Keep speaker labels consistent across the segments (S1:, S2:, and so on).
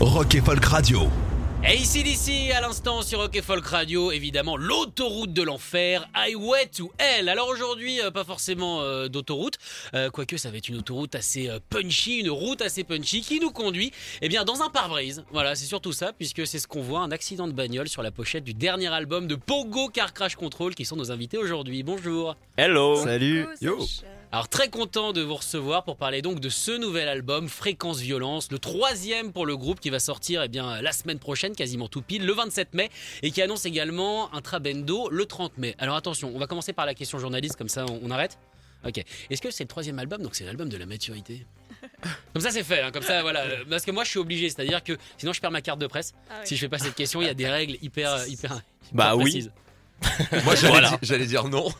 S1: Rock et Folk Radio.
S2: ACDC à l'instant sur Rock et Folk Radio, évidemment l'autoroute de l'enfer, Highway to Hell. Alors aujourd'hui, euh, pas forcément euh, d'autoroute, euh, quoique ça va être une autoroute assez euh, punchy, une route assez punchy qui nous conduit eh bien, dans un pare-brise. Voilà, c'est surtout ça, puisque c'est ce qu'on voit, un accident de bagnole sur la pochette du dernier album de Pogo Car Crash Control qui sont nos invités aujourd'hui. Bonjour
S3: Hello
S1: Salut.
S4: Yo.
S2: Alors très content de vous recevoir pour parler donc de ce nouvel album Fréquence Violence, le troisième pour le groupe qui va sortir eh bien, la semaine prochaine, quasiment tout pile, le 27 mai, et qui annonce également un Trabendo le 30 mai. Alors attention, on va commencer par la question journaliste, comme ça on, on arrête. Ok. Est-ce que c'est le troisième album, donc c'est l'album de la maturité Comme ça c'est fait, hein, comme ça voilà. Euh, Parce que moi je suis obligé, c'est-à-dire que sinon je perds ma carte de presse.
S4: Ah ouais.
S2: Si je fais pas cette question, il y a des règles hyper, hyper, hyper
S3: Bah oui.
S2: précises.
S5: Moi j'allais
S3: Voilà.
S5: dire- j'allais dire non.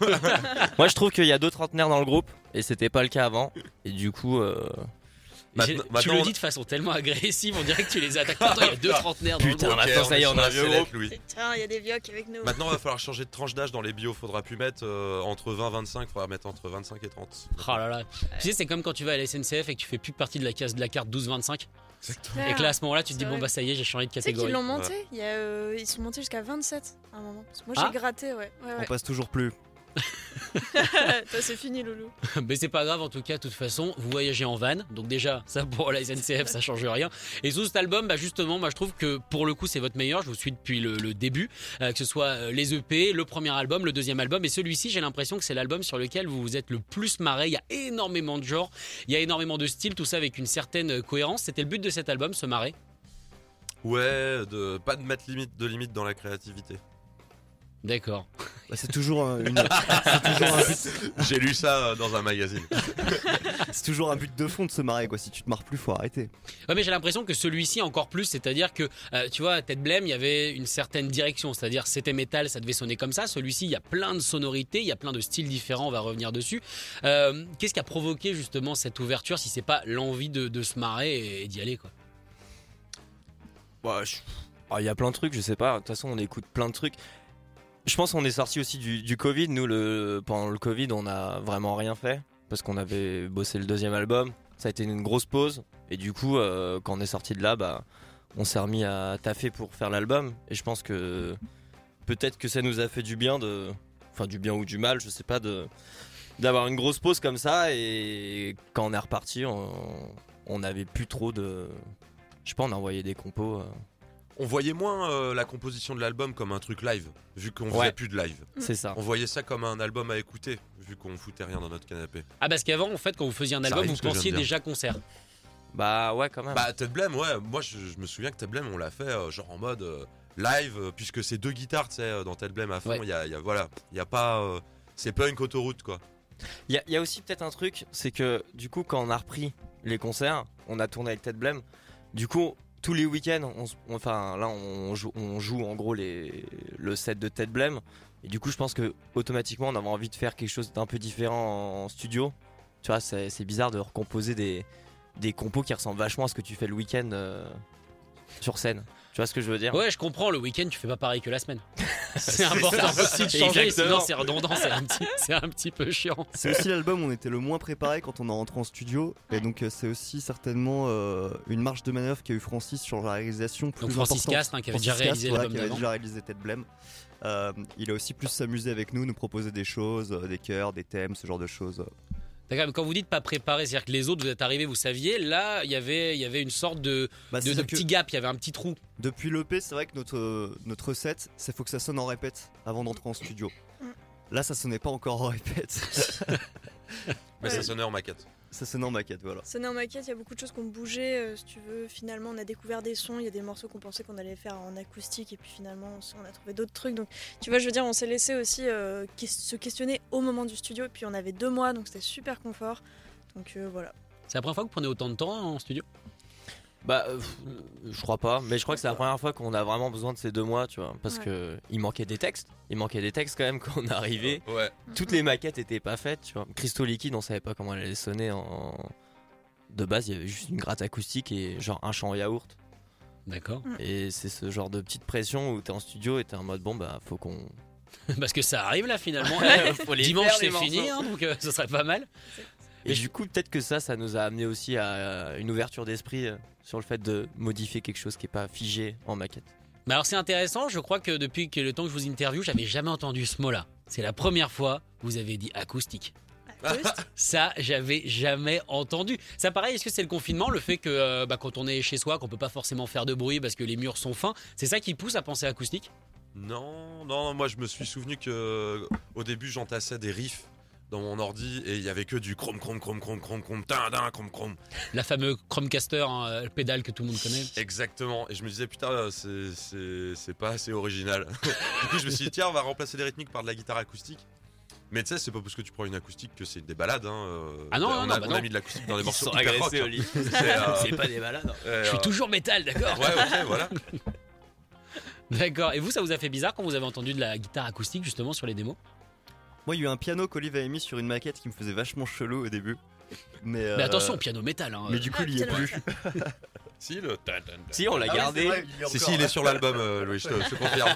S3: Moi je trouve qu'il y a deux trentenaires dans le groupe et c'était pas le cas avant. Et du coup, euh,
S2: J'ai-
S5: Maintenant-
S2: tu
S3: bah,
S5: maintenant,
S2: le
S5: on-
S2: dis de façon tellement agressive, on dirait que tu les attaques. Pourtant, il y a deux trentenaires dans le
S3: Ah. Putain,
S2: groupe.
S3: la- maintenant, ça y est, on a un vieux
S5: groupe. Louis.
S4: Putain, il y a des viocs avec nous.
S5: Maintenant, va falloir changer de tranche d'âge dans les bios. Faudra plus mettre euh, entre 20 et 25, faudra mettre entre 25 et 30.
S2: Oh là là. Tu sais, c'est comme quand tu vas à la SNCF et que tu fais plus partie de la case de la carte 12-25.
S4: Frère,
S2: Et que là, à ce moment-là, tu te dis,
S4: C'est
S2: bon,
S4: vrai.
S2: bah ça y est, j'ai changé de
S4: tu sais qu'ils
S2: catégorie.
S4: l'ont monté Il y a, euh, Ils sont montés jusqu'à 27 à un moment. Parce que moi,
S2: Ah.
S4: j'ai gratté, ouais. ouais,
S1: On
S4: ouais.
S1: passe toujours plus.
S4: Toi, c'est fini, loulou.
S2: Mais c'est pas grave, en tout cas, de toute façon, vous voyagez en van. Donc, déjà, ça pour la SNCF, ça change rien. Et sous cet album, bah justement, moi je trouve que pour le coup, c'est votre meilleur. Je vous suis depuis le, le début. Euh, que ce soit euh, les EP, le premier album, le deuxième album. Et celui-ci, j'ai l'impression que c'est l'album sur lequel vous vous êtes le plus marré. Il y a énormément de genres, il y a énormément de styles, tout ça avec une certaine euh, cohérence. C'était le but de cet album, se marrer.
S5: Ouais, de pas de mettre limite de limite dans la créativité.
S2: D'accord.
S1: Bah, c'est toujours euh, une- c'est toujours un but-
S5: J'ai lu ça euh, dans un magazine.
S1: c'est toujours un but de fond de se marrer quoi. Si tu te marres plus, faut arrêter.
S2: Ouais, mais j'ai l'impression que celui-ci encore plus, c'est-à-dire que euh, tu vois, à Tête Blême, il y avait une certaine direction, c'est-à-dire c'était métal, ça devait sonner comme ça. Celui-ci, il y a plein de sonorités, il y a plein de styles différents, on va revenir dessus. Euh, Qu'est-ce qui a provoqué justement cette ouverture si c'est pas l'envie de, de se marrer et, et d'y aller quoi
S3: bah, je- Ah, il y a plein de trucs, je sais pas. De toute façon, on écoute plein de trucs. Je pense qu'on est sorti aussi du, du Covid. Nous, le... pendant le Covid, on a vraiment rien fait parce qu'on avait bossé le deuxième album. Ça a été une grosse pause. Et du coup, euh, quand on est sorti de là, bah, on s'est remis à taffer pour faire l'album. Et je pense que peut-être que ça nous a fait du bien de, enfin du bien ou du mal, je sais pas, de d'avoir une grosse pause comme ça. Et quand on est reparti, on on n'avait plus trop de, je sais pas, on a envoyé des compos. euh,
S5: On voyait moins euh, la composition de l'album comme un truc live, vu qu'on faisait
S3: Ouais.
S5: plus de live.
S3: C'est ça.
S5: On voyait ça comme un album à écouter, vu qu'on foutait rien dans notre canapé.
S2: Ah parce qu'avant, en fait, quand vous faisiez un
S5: Ça
S2: album,
S5: arrive,
S2: vous
S5: ce que je viens
S2: pensiez
S5: de dire.
S2: déjà concert.
S3: Bah ouais, quand même.
S5: Bah, Ted Blame, ouais, moi je, je me souviens que Ted Blame, on l'a fait euh, genre en mode euh, live, euh, puisque c'est deux guitares, tu sais, euh, dans Ted Blame à fond,
S2: Ouais.
S5: il y, a, il y a- voilà, il y a pas. euh, c'est pas une autoroute quoi.
S3: Il y, a- il y a aussi peut-être un truc, c'est que du coup, quand on a repris les concerts, on a tourné avec Ted Blem. Du coup, tous les week-ends, on, s- on- enfin là, on joue, on joue en gros les, le set de Ted Blem. Et du coup, je pense que automatiquement, on avait envie de faire quelque chose d'un peu différent en studio. Tu vois, c'est c'est bizarre de recomposer des, des compos qui ressemblent vachement à ce que tu fais le week-end euh, sur scène. Tu vois ce que je veux dire
S2: Ouais, je comprends. Le week-end, tu fais pas pareil que la semaine. c'est important aussi de changer,
S3: Exactement.
S2: sinon c'est redondant, c'est un petit, c'est un petit peu chiant.
S1: C'est aussi l'album où on était le moins préparé quand on est rentré en studio. Et donc euh, c'est aussi certainement euh, une marge de manœuvre qu'a eu Francis sur la réalisation plus
S2: Donc Francis
S1: importante.
S2: Castres, hein, qui avait déjà
S1: Francis
S2: réalisé
S1: Cast, voilà,
S2: l'album
S1: qui avait
S2: d'avant.
S1: déjà réalisé Tête Blême. Euh, il a aussi plus s'amusé avec nous, nous proposer des choses, euh, des chœurs, des thèmes, ce genre de choses.
S2: D'accord, mais quand vous dites pas préparé, c'est-à-dire que les autres, vous êtes arrivés, vous saviez, là, il y avait- il y avait une sorte de,
S3: Ah,
S1: Bah,
S2: de, de
S1: c'est-à-dire que
S2: petit gap, il y avait un petit trou.
S1: Depuis l'EP, c'est vrai que notre, euh, notre recette, c'est faut que ça sonne en répète avant d'entrer en studio. Là, ça sonnait pas encore en répète.
S5: Mais
S4: Ouais.
S5: ça sonnait en maquette.
S1: ça sonnait en maquette, voilà.
S4: C'est né en maquette, il y a beaucoup de choses qui ont bougé, euh, si tu veux. Finalement, on a découvert des sons, il y a des morceaux qu'on pensait qu'on allait faire en acoustique, et puis finalement, on s- on a trouvé d'autres trucs. Donc, tu vois, je veux dire, on s'est laissé aussi euh, ques- se questionner au moment du studio, et puis on avait deux mois, donc c'était super confort. Donc euh, voilà.
S2: C'est la première fois que vous prenez autant de temps en studio
S3: Bah, euh, pff, je crois pas, mais je crois que c'est la première fois qu'on a vraiment besoin de ces deux mois, tu vois, parce
S4: Ouais.
S3: que il manquait des textes, il manquait des textes quand même quand on est arrivé.
S5: Ouais.
S3: Toutes les maquettes étaient pas faites, tu vois. Cristaux liquide, on savait pas comment elle allait sonner. En... De base, il y avait juste une gratte acoustique et genre un chant en yaourt.
S2: D'accord.
S3: Et c'est ce genre de petite pression où t'es en studio et t'es en mode bon bah faut qu'on.
S2: Parce que ça arrive là finalement. Euh,
S3: Faut les
S2: Dimanche
S3: faire, les
S2: c'est fini,
S3: morceaux.
S2: hein, donc euh, ce serait pas mal.
S3: Et du coup peut-être que ça, ça nous a amené aussi à euh, une ouverture d'esprit euh, sur le fait de modifier quelque chose qui est pas figé en maquette.
S2: Mais alors c'est intéressant, je crois que depuis que le temps que je vous interviewe, j'avais jamais entendu ce mot-là. C'est la première fois que vous avez dit acoustique.
S4: Acoustique.
S2: Ça, j'avais jamais entendu. Ça pareil, est-ce que c'est le confinement, le fait que euh, bah, quand on est chez soi, qu'on peut pas forcément faire de bruit parce que les murs sont fins, c'est ça qui pousse à penser acoustique
S5: Non, non, moi je me suis souvenu que euh, au début j'entassais des riffs dans mon ordi et il y avait que du chrome chrome chrome chrome chrome chrome tin din chrome chrome.
S2: La fameuse Chromecaster, hein, le pédale que tout le monde connaît.
S5: Exactement. Et je me disais putain euh, c'est- c'est c'est pas assez original. du coup je me suis dit tiens on va remplacer les rythmiques par de la guitare acoustique. Mais tu sais c'est pas parce que tu prends une acoustique que c'est des balades. Hein. euh,
S2: Ah non,
S5: on
S2: non,
S5: a,
S2: non, bah
S5: on a
S2: non.
S5: mis de l'acoustique dans les
S3: Ils
S5: morceaux
S3: sont
S5: hyper rock,
S3: agressés
S5: hein.
S3: au lit.
S5: C'est, euh,
S3: C'est pas des hein. malades.
S5: Et, euh,
S2: Je suis toujours métal, d'accord
S5: Ouais ok voilà.
S2: D'accord. Et vous, ça vous a fait bizarre quand vous avez entendu de la guitare acoustique justement sur les démos
S1: Moi, il y a eu un piano qu'Olive avait mis sur une maquette qui me faisait vachement chelou au début. Mais,
S2: Mais
S1: euh,
S2: attention, piano métal. hein.
S1: Mais du coup,
S4: Ah,
S1: il y est
S4: putain,
S1: plus.
S5: Si le tin, tin, tin.
S3: Si
S1: Ah
S3: on l'a gardé.
S5: Si, si, il est sur l'album, euh, Louis, je te je te confirme.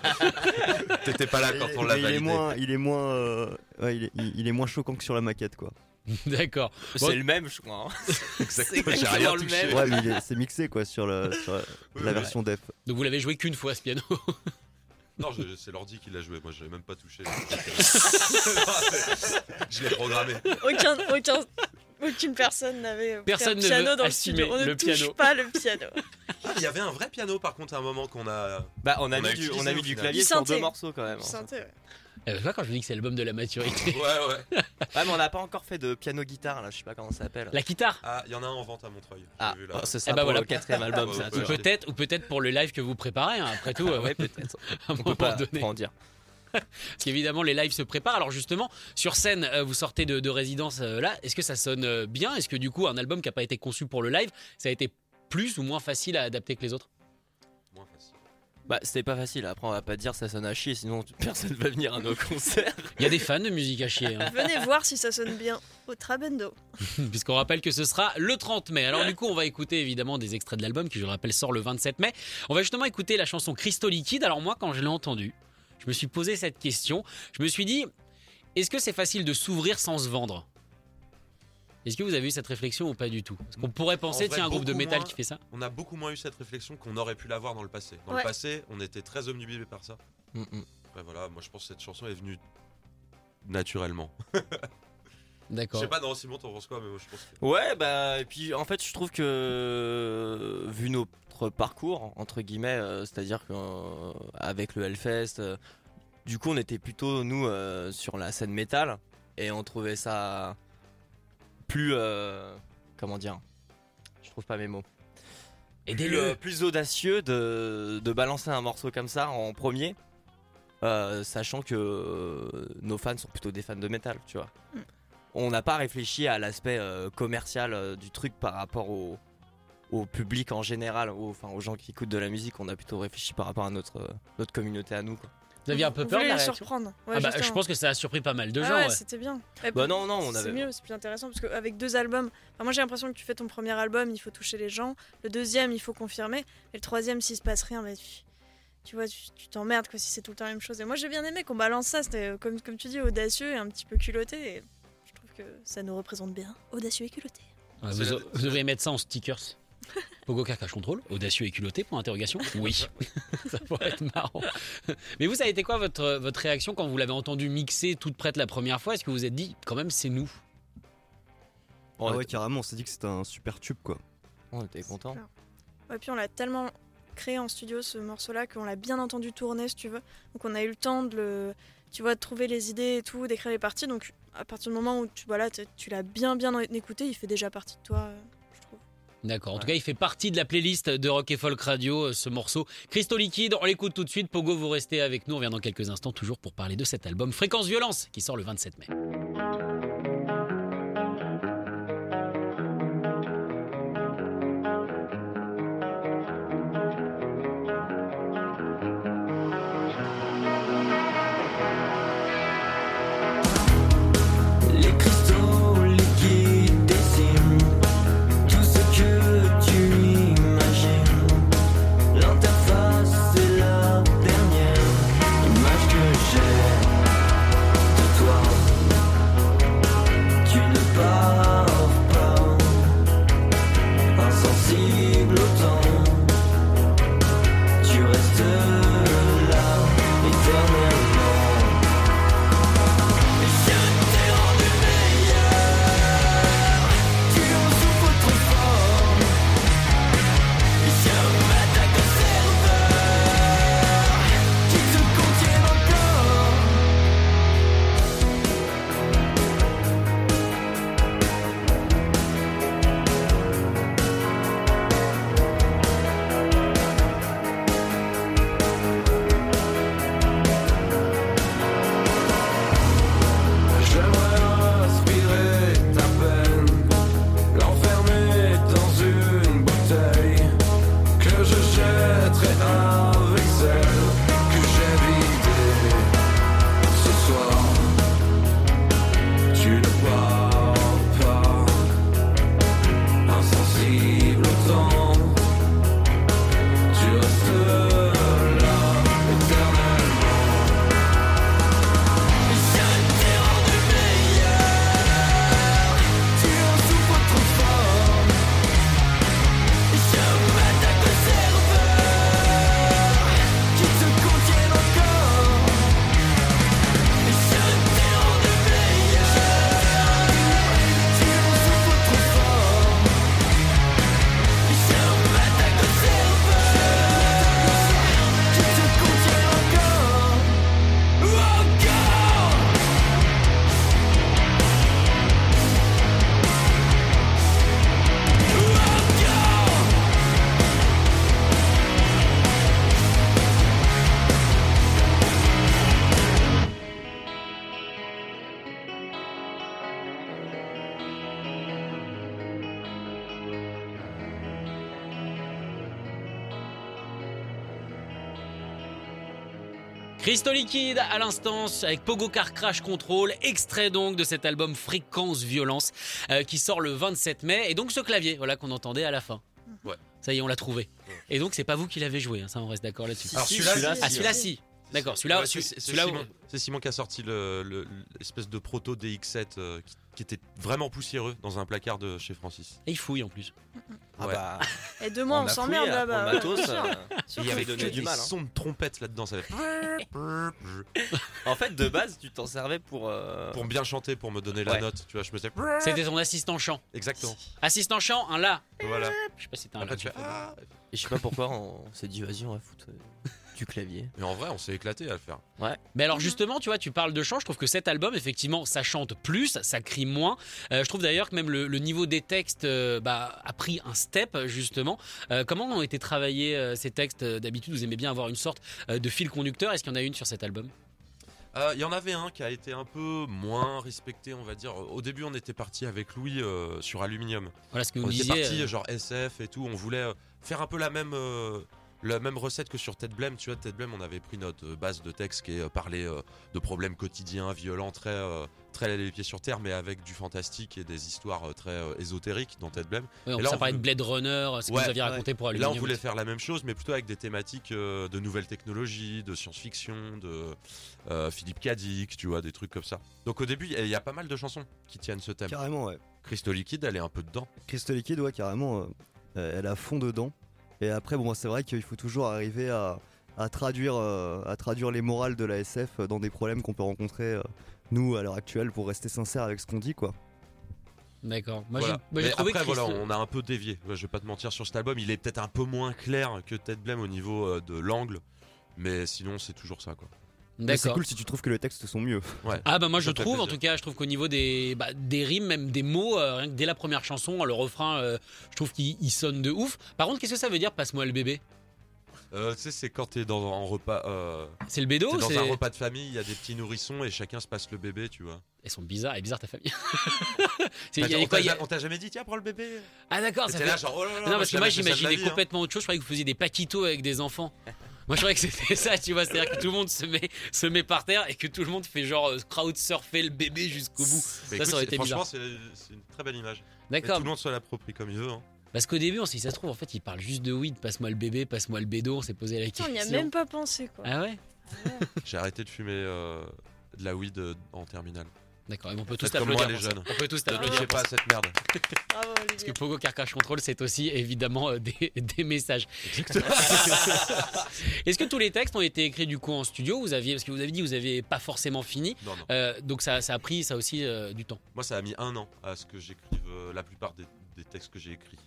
S5: T'étais pas là quand on l'a
S1: Mais il est
S5: validé.
S1: moins, il est moins, euh, ouais, il, est, il- il est moins choquant que sur la maquette, quoi.
S2: euh, D'accord.
S3: C'est le même je crois. hein.
S5: Exactement, j'ai
S3: exactement
S5: rien
S3: le
S5: touché.
S3: même.
S1: Ouais, mais il est- c'est mixé, quoi, sur la, sur la-
S5: Oui,
S1: la
S5: oui.
S1: version def.
S2: Donc vous l'avez joué qu'une fois ce piano.
S5: Non, je- c'est l'ordi qui l'a joué, moi je l'ai même pas touché. Non, c'est- je l'ai programmé.
S4: Aucun, aucun, aucune personne n'avait euh, pris
S2: Personne
S4: un
S2: ne
S4: piano
S2: veut
S4: dans le
S2: assumer
S4: studio. On ne
S2: le
S4: touche
S2: piano.
S4: pas le piano.
S5: Ah, Il y avait un vrai piano par contre à un moment qu'on a.
S3: Bah on a,
S5: On
S3: mis,
S5: a
S3: du,
S5: utilisé
S3: on a
S5: au
S3: mis du
S5: final.
S3: clavier
S4: Du
S3: sur
S4: synthé.
S3: deux morceaux quand même. hein.
S4: Je sentais, ouais.
S2: Eh ben, tu vois, quand je vous dis que c'est l'album de la maturité.
S5: Ouais, ouais.
S3: Ouais mais on n'a pas encore fait de piano guitare là, je sais pas comment ça s'appelle.
S2: La guitare
S5: Ah, il y en a un en vente à Montreuil. j'ai
S3: Ah,
S5: vu, là.
S3: oh, ce sera
S2: Eh bah
S3: pour
S2: voilà.
S3: le quatrième album
S5: Ouais,
S3: ça.
S5: ouais,
S3: tu
S2: ou
S5: ouais.
S3: vois.
S2: peut-être, ou peut-être pour le live que vous préparez, hein, après tout,
S3: Ah ouais, peut-être.
S2: à un
S3: On peut
S2: moment
S3: pas
S2: donné.
S3: en dire.
S2: Parce qu'évidemment, les lives se préparent. Alors justement, sur scène, euh, vous sortez de, de résidence euh, là. Est-ce que ça sonne euh, bien Est-ce que du coup, un album qui n'a pas été conçu pour le live, ça a été plus ou moins facile à adapter que les autres
S5: Moins facile.
S3: Bah c'était pas facile, après on va pas dire ça sonne à chier sinon tu- personne va venir à nos concerts.
S2: Il y a des fans de musique à chier. hein.
S4: Venez voir si ça sonne bien au Trabendo.
S2: puisqu'on rappelle que ce sera le 30 mai. Alors du coup, on va écouter évidemment des extraits de l'album qui, je le rappelle, sort le 27 mai. On va justement écouter la chanson Cristaux liquide. Alors moi, quand je l'ai entendue, je me suis posé cette question. Je me suis dit, est-ce que c'est facile de s'ouvrir sans se vendre Est-ce que vous avez eu cette réflexion ou pas du tout Parce qu'on pourrait penser,
S5: En vrai,
S2: tiens, un groupe de
S5: beaucoup
S2: métal
S5: moins.
S2: qui fait ça.
S5: On a beaucoup moins eu cette réflexion qu'on aurait pu l'avoir dans le passé. Dans
S4: Ouais.
S5: le passé, on était très omnibulés par ça.
S3: Mm, mm.
S5: Ouais, voilà, moi je pense que cette chanson est venue naturellement. Je
S2: D'accord.
S5: sais pas, non, Simon, t'en penses quoi, mais moi je pense que.
S3: Ouais bah et puis en fait je trouve que euh, vu notre parcours entre guillemets, euh, c'est-à-dire que euh, avec le Hellfest, euh, du coup on était plutôt nous euh, sur la scène métal et on trouvait ça plus euh, comment dire Je trouve pas mes mots. plus, euh,
S2: Aidez-le.
S3: plus audacieux de, de balancer un morceau comme ça en premier, euh, sachant que euh, nos fans sont plutôt des fans de métal, tu vois.
S4: Mm.
S3: On n'a pas réfléchi à l'aspect euh, commercial euh, du truc par rapport au, au public en général, au- enfin aux gens qui écoutent de la musique. On a plutôt réfléchi par rapport à notre, euh, notre communauté à nous. quoi.
S2: Vous aviez un peu
S4: On
S2: peur de
S4: voulait
S2: la
S4: les
S2: réaction
S4: surprendre. Ouais,
S2: Ah bah, Je
S4: justement.
S2: pense que ça a surpris pas mal de
S4: Ah
S2: gens.
S4: ouais,
S2: ouais.
S4: c'était bien. Ouais,
S3: Bah non, non, on
S4: C'est
S3: avait-
S4: mieux, c'est plus intéressant parce qu'avec deux albums, enfin, moi j'ai l'impression que tu fais ton premier album, il faut toucher les gens. Le deuxième, il faut confirmer. Et le troisième, s'il se passe rien, bah, tu, tu vois, tu tu t'emmerdes quoi si c'est tout le temps la même chose. Et moi j'ai bien aimé qu'on balance ça, c'était euh, comme, comme tu dis, audacieux et un petit peu culotté. Et je trouve que ça nous représente bien. Audacieux et culotté.
S2: Ouais,
S5: C'est
S2: Ah, vous,
S5: la-
S2: vous devriez mettre ça en stickers. Pogo Carcache Control, audacieux et culotté, point interrogation Oui. ça pourrait être marrant. Mais vous, ça a été quoi votre, votre réaction quand vous l'avez entendu mixer toute prête la première fois Est-ce que vous vous êtes dit, quand même, c'est nous
S3: On,
S1: Ah ouais,
S3: était,
S1: carrément, on s'est dit que c'était un super tube, quoi.
S3: on était contents.
S4: clair. Ouais, puis on l'a tellement créé en studio ce morceau-là qu'on l'a bien entendu tourner, si tu veux. Donc on a eu le temps de le, tu vois, de trouver les idées et tout, d'écrire les parties. Donc à partir du moment où tu, voilà, tu tu l'as bien bien écouté, il fait déjà partie de toi, euh, je trouve.
S2: D'accord. En tout
S3: Ouais.
S2: cas, il fait partie de la playlist de Rock et Folk Radio, euh, ce morceau. Cristaux Liquide, on l'écoute tout de suite. Pogo, vous restez avec nous. On vient dans quelques instants, toujours pour parler de cet album Fréquence Violence, qui sort le 27 mai. Crystal Liquide à l'instant avec Pogo Car Crash Control, extrait donc de cet album Fréquence Violence euh, qui sort le 27 mai. Et donc ce clavier, voilà qu'on entendait à la fin.
S5: Ouais.
S2: Ça y est, on l'a trouvé. Et donc c'est pas vous qui l'avez joué, hein, ça on reste d'accord là-dessus.
S5: Alors,
S3: Si,
S5: celui-là,
S3: celui-là,
S4: si.
S2: Ah celui-là si. D'accord, celui-là,
S5: Ouais, c'est- c'est
S2: celui-là,
S5: Simon- c'est Simon qui a sorti le- le- l'espèce de proto DX7 euh, qui, qui était vraiment poussiéreux dans un placard de chez Francis.
S2: Et il fouille en plus.
S3: Ah
S5: Ouais.
S3: bah,
S4: Et deux mois, on,
S3: a
S4: s'emmerde
S3: fouillé, hein, pour
S4: là-bas.
S3: le matos,
S4: Bien sûr.
S3: euh, il
S4: Surtout
S3: y avait
S4: que-
S3: donné
S5: Des
S3: du mal. hein.
S5: sons de trompette là-dedans, ça fait
S3: En fait, de base, tu t'en servais pour. euh,
S5: pour bien chanter, pour me donner la
S3: Ouais.
S5: note. Tu vois, je me disais
S2: C'était ton assistant chant.
S5: exactement.
S2: Assistant chant, un là.
S5: Voilà.
S2: Je sais pas si t'as un là.
S5: Après, tu fais, Ah
S3: Et je sais pas pourquoi on s'est dit, vas-y, on va foutre euh, du clavier.
S5: Mais en vrai, on s'est éclaté à le faire.
S2: Mais alors
S4: Mhm.
S2: justement, tu vois, tu parles de chant, je trouve que cet album, effectivement, ça chante plus, ça crie moins. Euh, je trouve d'ailleurs que même le, le niveau des textes euh, bah, a pris un step, justement. Euh, comment ont été travaillés euh, ces textes Euh, D'habitude, vous aimez bien avoir une sorte euh, de fil conducteur. Est-ce qu'il y en a une sur cet album
S5: Euh, Il y en avait un qui a été un peu moins respecté, on va dire. Au début, on était parti avec Louis euh, sur Aluminium.
S2: Voilà ce que vous
S5: On
S2: me
S5: était
S2: disiez.
S5: parti
S2: euh,
S5: genre SF et tout. On voulait euh, faire un peu la même euh, la même recette que sur Ted Blem. Tu vois, Ted Blem, on avait pris notre euh, base de texte qui est euh, parler euh, de problèmes quotidiens, violents, très euh, très les pieds sur terre, mais avec du fantastique et des histoires euh, très euh, ésotériques dans Ted Blem.
S2: ouais, on-
S5: et là,
S2: ça
S5: on
S2: parlait de
S5: voulait-
S2: Blade Runner, euh, ce que
S5: Ouais,
S2: vous aviez
S5: ouais.
S2: raconté pour
S5: Et Là,
S2: Aluminium.
S5: on voulait faire la même chose, mais plutôt avec des thématiques euh, de nouvelles technologies, de science-fiction, de euh, Philippe Cadic, tu vois, des trucs comme ça. Donc au début, il y a- il y a pas mal de chansons qui tiennent ce thème.
S1: Carrément, ouais.
S5: Crystal Liquide, elle est un peu dedans.
S1: Crystal Liquide, ouais, carrément, euh, euh, elle a fond dedans. Et après, bon, c'est vrai qu'il faut toujours arriver à, à traduire, euh, à traduire les morales de la SF dans des problèmes qu'on peut rencontrer, euh, nous, à l'heure actuelle, pour rester sincère avec ce qu'on dit, quoi.
S2: D'accord. Moi,
S5: Voilà.
S2: j'ai- moi, j'ai
S5: Mais
S2: trouvé
S5: après,
S2: que
S5: voilà,
S2: Christ-
S5: on a un peu dévié. Ouais, Je vais pas te mentir sur cet album, il est peut-être un peu moins clair que Ted Blem au niveau euh, de l'angle, mais sinon c'est toujours ça quoi.
S1: Mais C'est
S2: D'accord.
S1: cool si tu trouves que les textes sont mieux.
S2: Ah bah moi
S5: Ça
S2: je
S5: me fait
S2: trouve, en
S5: plaisir.
S2: tout cas je trouve qu'au niveau des, bah, des rimes, même des mots, euh, rien que dès la première chanson, le refrain, euh, je trouve qu'il il sonne de ouf. Par contre qu'est-ce que ça veut dire passe-moi le bébé
S5: Euh, tu sais, c'est quand t'es dans un repas, euh,
S2: C'est le bédo
S5: t'es
S2: ou
S5: dans
S2: Oh, c'est...
S5: un repas de famille, il y a des petits nourrissons et chacun se passe le bébé, tu vois.
S2: Elles sont bizarres, elle est bizarre ta famille. C'est-
S5: Bah,
S2: il y avait
S5: on
S2: quoi,
S5: t'a
S2: il y a-
S5: ja- on t'a jamais dit tiens prends le bébé.
S2: Ah d'accord, ça
S5: T'étais
S2: fait...
S5: là genre oh là là.
S2: Non parce que
S5: j'ai
S2: moi
S5: jamais fait ça de ma
S2: j'imaginais
S5: vie, hein.
S2: complètement autre chose, je croyais que vous faisiez des paquitos avec des enfants. Moi je croyais que c'était ça, tu vois, c'est-à-dire que tout le monde se met, se met par terre et que tout le monde fait genre crowd surfer le bébé jusqu'au bout.
S5: hein.
S2: ça,
S5: Mais écoute,
S2: aurait
S5: c'est-
S2: été
S5: franchement, c'est c'est une très belle image. Et tout
S2: D'accord.
S5: le monde se l'approprie comme il veut. hein.
S2: Parce qu'au début, on s'est dit, ça se trouve, en fait, il parle juste de weed, passe-moi le bébé, passe-moi le bédo, on s'est posé la
S4: Putain,
S2: question.
S4: on n'y a même pas pensé quoi.
S2: Ah ouais
S5: J'ai arrêté de fumer euh, de la weed euh, en terminale.
S2: D'accord, et on peut tous
S5: Faites comme moi
S2: t'applaudir.
S5: les
S2: pour ça.
S5: jeunes.
S2: On peut tous
S5: Ne
S2: t'applaudir.
S5: touchez
S2: pour
S5: pas à
S2: ça.
S5: cette merde.
S4: Bravo
S2: Parce
S4: Olivier.
S2: que Pogo Car Crash Control, c'est aussi évidemment euh, des, des messages. Est-ce que tous les textes ont été écrits du coup en studio Vous aviez, parce que vous avez dit, que vous n'avez pas forcément fini.
S5: Non non.
S2: Euh, donc ça, ça a pris ça aussi euh, du temps.
S5: Moi, ça a mis un an à ce que j'écrive euh, la plupart des, des textes que j'ai écrits.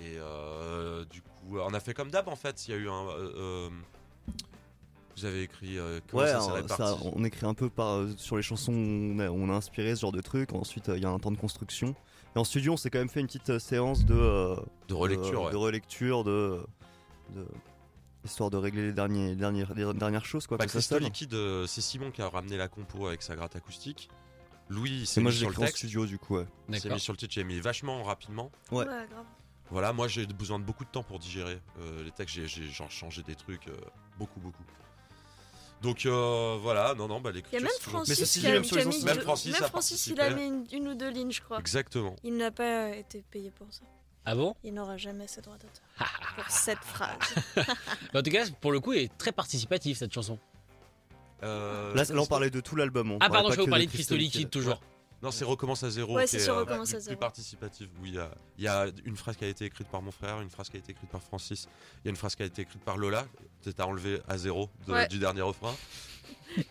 S5: Et euh, du coup, on a fait comme d'hab en fait. Il y a eu un. euh, euh, vous avez écrit. euh, comment ça s'est
S1: alors,
S5: réparti
S1: ça, on écrit un peu par, euh, sur les chansons, on a, on a inspiré ce genre de truc. Ensuite, euh, il y a un temps de construction. Et en studio, on s'est quand même fait une petite euh, séance de. euh,
S5: De relecture,
S1: de,
S5: ouais.
S1: de relecture, de, de- histoire de régler les, derniers, les dernières, les dernières choses quoi.
S5: Bah,
S1: que ça hein.
S5: Crystal
S1: sonne.
S5: Liquide, euh, c'est Simon qui a ramené la compo avec sa gratte acoustique. Louis, il
S1: Et
S5: s'est
S1: moi,
S5: mis
S1: je
S5: sur le
S1: l'écris en
S5: texte. Euh,
S1: studio du coup. Ouais.
S5: il s'est
S2: D'accord.
S5: mis sur le titre, j'ai mis vachement rapidement.
S1: ouais.
S4: Ouais, grave.
S5: Voilà, moi j'ai besoin de beaucoup de temps pour digérer euh, les textes, j'ai- j'ai genre changé des trucs, euh, beaucoup, beaucoup. Donc euh, voilà, non, non, bah
S4: Il y
S5: l'écriture.
S4: a même
S5: c'est toujours-
S4: Francis
S1: ceci
S4: qui a,
S1: dit, même
S4: qui
S1: sur les
S4: a mis
S1: autres,
S4: deux-
S5: même Francis
S4: même
S5: a
S4: Francis, il a
S5: participé.
S4: mis une, une ou deux lignes, je crois.
S5: Exactement.
S4: Il n'a pas euh, été payé pour ça.
S2: Ah bon
S4: Il n'aura jamais ce droit d'auteur. pour cette phrase.
S2: Bah, En tout cas, pour le coup, elle est très participative cette chanson.
S5: Euh,
S1: Là, là, on parlait de tout l'album. on
S2: Ah
S1: parlait
S2: pardon, je
S1: pas
S2: vais
S1: que
S2: vous parler de
S1: Crystal
S2: Crystal Liquide toujours.
S5: Non, c'est recommence à zéro.
S4: Ouais,
S5: qui
S4: c'est
S5: est,
S4: sur
S5: euh,
S4: Recommence à
S5: plus-
S4: zéro.
S5: Plus participatif. Oui, il y a, il y a une phrase qui a été écrite par mon frère, une phrase qui a été écrite par Francis, il y a une phrase qui a été écrite par Lola. Peut-être à enlever à zéro de-
S4: Ouais.
S5: du dernier refrain.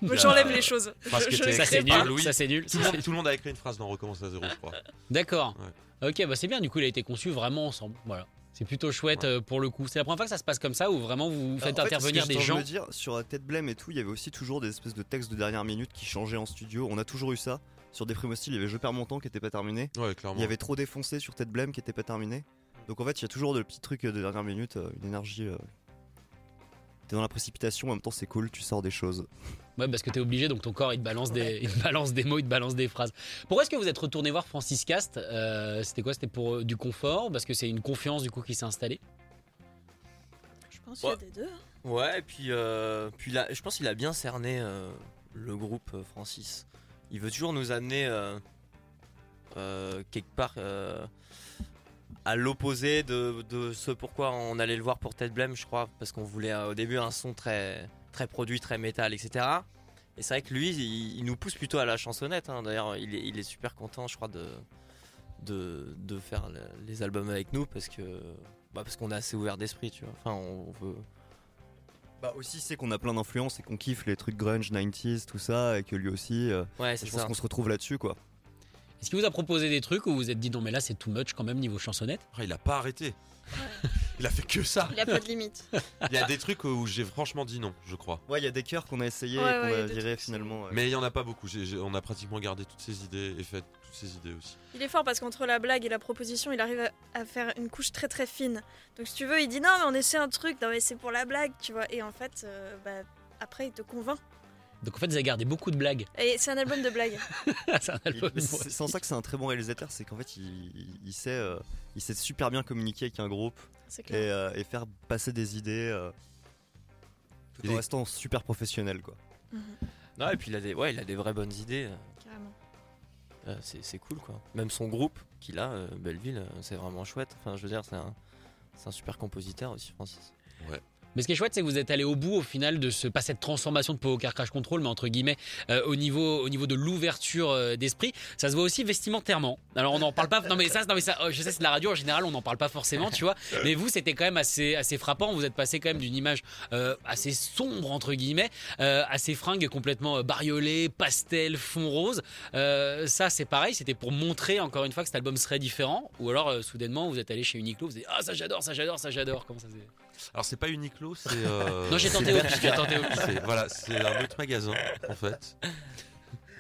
S4: Moi, J'enlève
S5: Euh,
S4: les choses.
S5: parce
S4: Je-
S5: que
S4: je
S5: t'es-
S4: les
S2: Ça
S4: crée
S2: c'est
S5: écrit
S4: pas.
S5: par
S2: nul,
S5: Louis.
S2: ça c'est nul.
S5: Tout le, monde, tout le monde a écrit une phrase dans Recommence à zéro, je crois.
S2: D'accord. Ok, bah c'est bien, du coup, il a été conçu vraiment ensemble. Voilà. C'est plutôt chouette
S5: Ouais.
S2: euh, pour le coup. C'est la première fois que ça se passe comme ça où vraiment vous faites
S1: Alors, en fait,
S2: intervenir
S1: ce que
S2: des
S1: j'étais
S2: gens.
S1: en train de dire, sur euh, Tête Blême et tout, il y avait aussi toujours des espèces de textes de dernière minute qui changeaient en studio. On a toujours eu ça. Sur Des Primes-Hostiles, il y avait Je perds mon temps qui était pas terminé.
S5: Ouais, clairement.
S1: Il y avait Trop défoncé sur Tête Blême qui était pas terminé. Donc en fait, il y a toujours de petits trucs euh, de dernière minute, euh, une énergie. euh, T'es dans la précipitation, en même temps, c'est cool, tu sors des choses.
S2: Ouais, parce que t'es obligé, donc ton corps il te balance des, il te balance des mots, il te balance des phrases. Pourquoi est-ce que vous êtes retourné voir Francis Cast Euh, C'était quoi C'était pour euh, du confort Parce que c'est une confiance du coup qui s'est installée.
S5: Je
S4: pense qu'il y a
S3: Ouais.
S4: des deux. hein.
S3: Ouais, et puis, euh, puis là, je pense qu'il a bien cerné euh, le groupe euh, Francis. Il veut toujours nous amener euh, euh, quelque part euh, à l'opposé de, de ce pourquoi on allait le voir pour Ted Blem, je crois, parce qu'on voulait euh, au début un son très, très produit, très métal, etc. Et c'est vrai que lui, il, il nous pousse plutôt à la chansonnette. hein. D'ailleurs, il, est- il est super content, je crois, de, de, de faire le- les albums avec nous parce que bah, parce qu'on est assez ouvert d'esprit, tu vois. Enfin, on veut.
S1: Bah aussi c'est qu'on a plein d'influences et qu'on kiffe les trucs grunge 90s tout ça et que lui aussi euh,
S3: Ouais,
S1: je
S3: c'est
S1: pense
S3: ça.
S1: qu'on se retrouve là-dessus quoi.
S2: Est-ce qu'il vous a proposé des trucs où vous vous êtes dit non mais là c'est too much quand même niveau chansonnette
S5: Ah, il a pas arrêté. Il a fait que ça.
S4: Il a pas de limite.
S5: Il y a des trucs où j'ai franchement dit non, je crois.
S1: Ouais, il y a des chœurs qu'on a essayé
S4: Ouais,
S1: et qu'on
S4: ouais, y a
S1: a
S4: des
S1: viré
S4: trucs,
S1: finalement. ouais.
S5: Mais il y en a pas beaucoup. J'ai- j'ai- on a pratiquement gardé toutes ces idées et fait toutes ces idées aussi.
S4: Il est fort parce qu'entre la blague et la proposition, il arrive à, à faire une couche très très fine. Donc si tu veux, il dit non mais on essaie un truc, non mais c'est pour la blague, tu vois. Et en fait, euh, bah, après il te convainc.
S2: Donc en fait, vous avez gardé beaucoup de blagues.
S4: Et c'est un album de blagues.
S2: c'est un album
S1: Il-
S2: pour-
S1: C'est c'est en ça que c'est un très bon réalisateur, c'est qu'en fait il, il- il sait, euh, il sait super bien communiquer avec un groupe
S4: C'est
S1: et,
S4: clair.
S1: euh, et faire passer des idées euh, tout
S5: Il
S1: en
S5: est-
S1: restant super professionnel quoi.
S4: Mhm,
S3: Non, et puis il a des, ouais, il a des vraies bonnes idées.
S4: carrément.
S3: Euh, c'est c'est cool, quoi. Même son groupe qu'il a, euh, Belleville, euh, c'est vraiment chouette. Enfin, je veux dire, c'est un, c'est un super compositeur aussi, Francis.
S2: Mais ce qui est chouette, c'est que vous êtes allé au bout au final de ce pas cette transformation de Poker Crash Control, mais entre guillemets euh, au niveau au niveau de l'ouverture euh, d'esprit. Ça se voit aussi vestimentairement. Alors on n'en parle pas. Non mais ça, non mais ça, euh, je sais c'est de la radio en général, on n'en parle pas forcément, tu vois. Mais vous, c'était quand même assez assez frappant. Vous êtes passé quand même d'une image euh, assez sombre entre guillemets euh, à ces fringues complètement euh, bariolées, pastel, fond rose. Euh, ça, c'est pareil. C'était pour montrer encore une fois que cet album serait différent. Ou alors euh, soudainement, vous êtes allé chez Uniqlo, vous avez dit, ah ça j'adore, ça j'adore, ça j'adore. Comment ça s'est
S5: Alors c'est pas Uniqlo, c'est. euh,
S2: non, j'ai
S5: c'est
S2: tenté Opus, j'ai tenté Opus.
S5: C'est- Voilà, c'est un autre magasin en fait.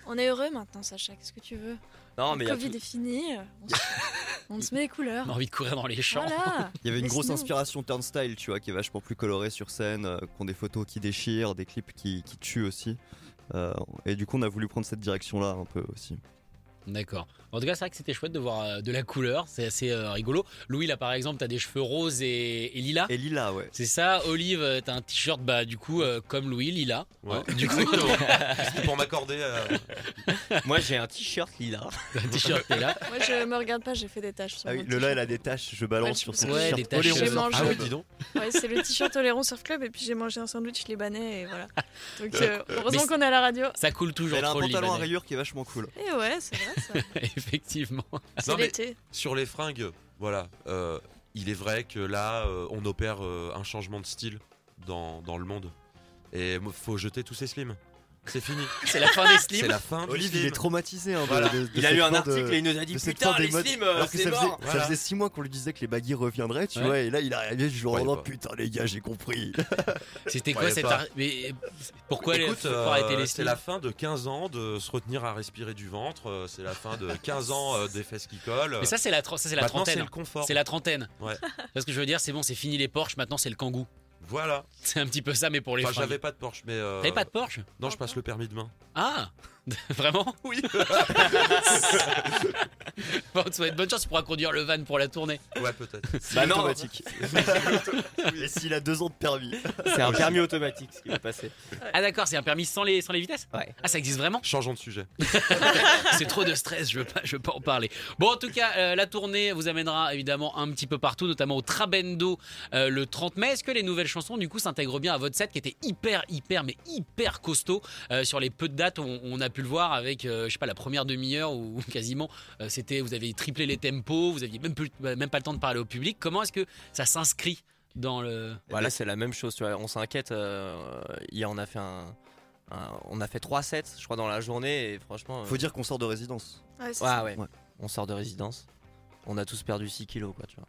S4: On est heureux maintenant, Sacha. Qu'est-ce que tu veux
S3: Non,
S4: Le
S3: mais il y a
S4: Covid
S3: tout-
S4: est fini. euh, On se, on se met les couleurs.
S2: On a envie de courir dans les champs.
S4: Voilà.
S1: Il y avait une
S4: Mais
S1: grosse
S4: sinon-
S1: inspiration Turnstile, tu vois, qui est vachement plus colorée sur scène, euh, qui ont des photos qui déchirent, des clips qui, qui tuent aussi. Euh, et du coup, on a voulu prendre cette direction-là un peu aussi.
S2: D'accord. En tout cas, c'est vrai que c'était chouette de voir euh, de la couleur. C'est assez euh, rigolo. Louis, là, par exemple, t'as des cheveux roses et, et lilas.
S1: Et Lila, ouais.
S2: C'est ça. Olive, euh, t'as un t-shirt, bah, du coup, euh, comme Louis, lilas.
S5: Ouais.
S2: Hein, du coup,
S5: Exactement. C'était pour m'accorder. euh,
S3: Moi, j'ai un t-shirt lila.
S2: t'as un t-shirt est là.
S4: Moi je me regarde pas, j'ai fait des tâches. Sur
S1: Ah oui,
S4: mon
S1: Lola, elle
S4: t-shirt.
S1: a des taches, je balance
S4: Ouais,
S1: sur
S4: je-
S1: son
S2: ouais,
S1: t-shirt.
S2: des taches,
S1: Olé, on
S4: j'ai
S1: sort.
S4: mangé.
S1: Ah oui,
S5: dis donc.
S4: Ouais, c'est le t-shirt Oléron Surf Club et puis j'ai mangé un sandwich libanais et voilà. Donc euh,
S2: Mais-
S4: heureusement qu'on est à la radio.
S2: Ça coule toujours
S1: Elle a un
S2: trop le
S1: pantalon à
S2: Libanais.
S1: rayures qui est vachement cool.
S4: Et ouais, c'est vrai ça.
S2: Effectivement.
S4: C'est
S5: Non, mais-
S4: l'été.
S5: Sur les fringues, voilà. euh, il est vrai que là, euh, on opère euh, un changement de style dans, dans le monde. Et mo- faut jeter tous ces slims. C'est fini.
S2: C'est la fin des
S5: C'est
S2: slims.
S5: la fin du
S1: Olive,
S5: slim.
S1: il est traumatisé. hein, de-
S5: Voilà.
S1: de- de
S3: Il a
S1: cette
S3: lu un
S1: fin de-
S3: article et il nous a dit
S1: de cette
S3: Putain,
S1: fin des
S3: les
S1: modes-
S3: slims, euh,
S1: Alors que
S3: c'est
S1: ça
S3: mort.
S1: faisait, ça
S5: Voilà.
S1: faisait six mois qu'on lui disait que les baggy reviendraient, tu
S2: Ouais.
S1: vois, et là il a réalisé du jour
S5: Ouais,
S1: oh,
S5: bah.
S1: putain les gars, j'ai compris.
S2: C'était quoi
S5: Ouais,
S2: cette.
S5: pas.
S2: ar- Mais euh, pourquoi les-
S5: Écoute,
S2: faut
S5: euh,
S2: arrêter les
S5: c'est
S2: slims
S5: la fin de 15 ans de se retenir à respirer du ventre. euh, C'est la fin de 15 ans euh, des fesses qui collent.
S2: Mais ça, c'est la, tr- ça, c'est la
S5: Maintenant, c'est
S2: trentaine.
S5: le confort.
S2: C'est la trentaine.
S5: Ouais.
S2: Parce que je veux dire, c'est bon, c'est fini les Porsche, maintenant c'est le kangou.
S5: Voilà.
S2: C'est un petit peu ça, mais pour les
S5: Enfin,
S2: fringues.
S5: j'avais pas de Porsche, mais. euh,
S2: T'avais pas de Porsche hein
S5: Non, je passe le permis demain.
S2: Ah Vraiment Oui On te souhaite bonne chance, tu pourras conduire le van pour la tournée.
S5: Ouais, peut-être.
S3: Bah non.
S1: automatique. et s'il a deux ans de permis.
S3: C'est un permis automatique ce qui va passer.
S2: Ah d'accord, c'est un permis sans les, sans les vitesses
S3: Ouais.
S2: Ah ça existe vraiment
S5: Changeons de sujet.
S2: C'est trop de stress, je veux pas, je veux pas en parler. Bon en tout cas, euh, la tournée vous amènera évidemment un petit peu partout, notamment au Trabendo euh, le 30 mai. Est-ce que les nouvelles chansons du coup s'intègrent bien à votre set qui était hyper, hyper, mais hyper costaud euh, sur les peu de dates on, on a pu le voir avec, euh, je sais pas, la première demi-heure où quasiment euh, c'était, vous avez triplé les tempos, vous aviez même, plus- bah, même pas le temps de parler au public. Comment est-ce que ça s'inscrit dans le...
S3: Voilà, c'est la même chose. Tu vois, on s'inquiète. euh, hier, on a fait un, un- on a fait trois sets, je crois, dans la journée. Et franchement, euh,
S1: Faut dire qu'on sort de résidence.
S4: Ouais, c'est
S3: ouais,
S4: ça.
S3: ouais.
S1: Ouais.
S3: On sort de résidence. On a tous perdu 6 kilos, quoi. Tu vois.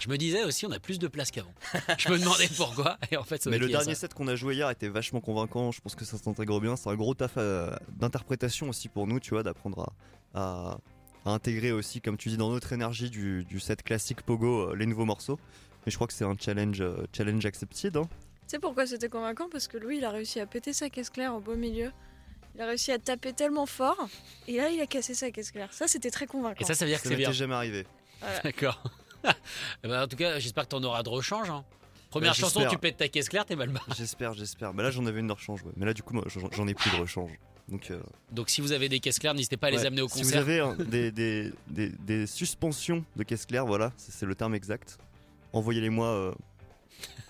S2: Je me disais aussi, on a plus de place qu'avant. Je me demandais pourquoi, et en fait, ça
S1: Mais
S2: doit être
S1: le
S2: lié à
S1: dernier
S2: ça.
S1: set qu'on a joué hier était vachement convaincant. Je pense que ça s'intègre bien. C'est un gros taf euh, d'interprétation aussi pour nous, tu vois, d'apprendre à, à- à intégrer aussi, comme tu dis, dans notre énergie du, du set classique Pogo, euh, les nouveaux morceaux. Mais je crois que c'est un challenge, euh, challenge accepted. hein.
S4: Tu sais pourquoi c'était convaincant Parce que lui, il a réussi à péter sa caisse claire au beau milieu. Il a réussi à taper tellement fort. Et là, il a cassé sa caisse claire. Ça, c'était très convaincant.
S2: Et ça, ça veut dire que
S1: Ça
S2: c'est bien.
S1: m'était jamais arrivé.
S2: D'accord. Eh ben, en tout cas, j'espère que tu en auras de rechange. hein. Première
S1: Ouais,
S2: chanson,
S1: Bah, j'espère.
S2: tu pètes ta caisse claire, t'es mal barré.
S1: J'espère, j'espère. Mais là, j'en avais une de rechange. ouais. Mais là, du coup, moi, j'en j'en ai plus de rechange. Donc, euh,
S2: Donc si vous avez des caisses claires, n'hésitez pas à les
S1: ouais.
S2: amener au
S1: Si vous
S2: concert.
S1: avez hein, des, des, des- des suspensions de caisse claire, voilà, c'est c'est le terme exact. Envoyez-les-moi euh,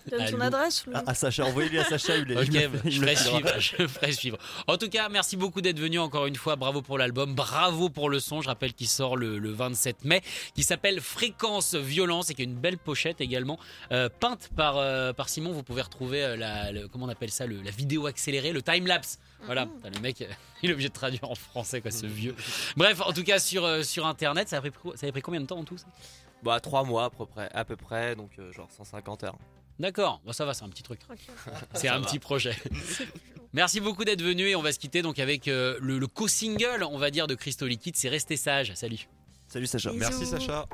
S4: Donne son
S2: Allô.
S4: adresse.
S1: à, Ah, à Sacha. Envoyez-les à Sacha. il les-
S2: Ok, bah,
S1: il me- il
S2: je ferai
S1: me les
S2: suivre,
S1: filera.
S2: je ferai suivre. En tout cas, merci beaucoup d'être venu encore une fois. Bravo pour l'album, bravo pour le son. Je rappelle qu'il sort le, le 27 mai, qui s'appelle Fréquence Violence et qui a une belle pochette également euh, peinte par, euh, par Simon. Vous pouvez retrouver euh, la, le- comment on appelle ça, le- la vidéo accélérée, le time lapse. Voilà, Putain, le mec, euh, il est obligé de traduire en français, quoi, ce vieux. Bref, en tout cas, sur, euh, sur Internet, ça avait pris, ça avait pris combien de temps en tout ça
S3: Bah, 3 mois à peu près, à peu près donc euh, genre 150 heures.
S2: D'accord, bon, ça va, c'est un petit truc. C'est un petit projet. Merci beaucoup d'être venu et on va se quitter donc avec euh, le, le co-single, on va dire, de Crystal Liquide, c'est Restez sage. Salut.
S1: Salut Sacha.
S5: Merci Sacha.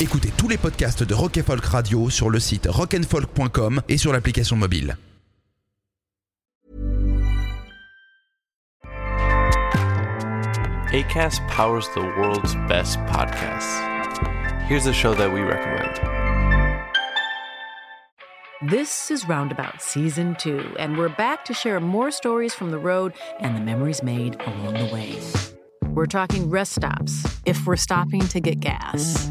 S6: Écoutez tous les podcasts de Rock and Folk Radio sur le site rockandfolk.com et sur l'application mobile.
S7: ACAST powers the world's best podcasts. Here's a show that we recommend.
S8: This is Roundabout Season 2, and we're back to share more stories from the road and the memories made along the way. We're talking rest stops. If we're stopping to get gas,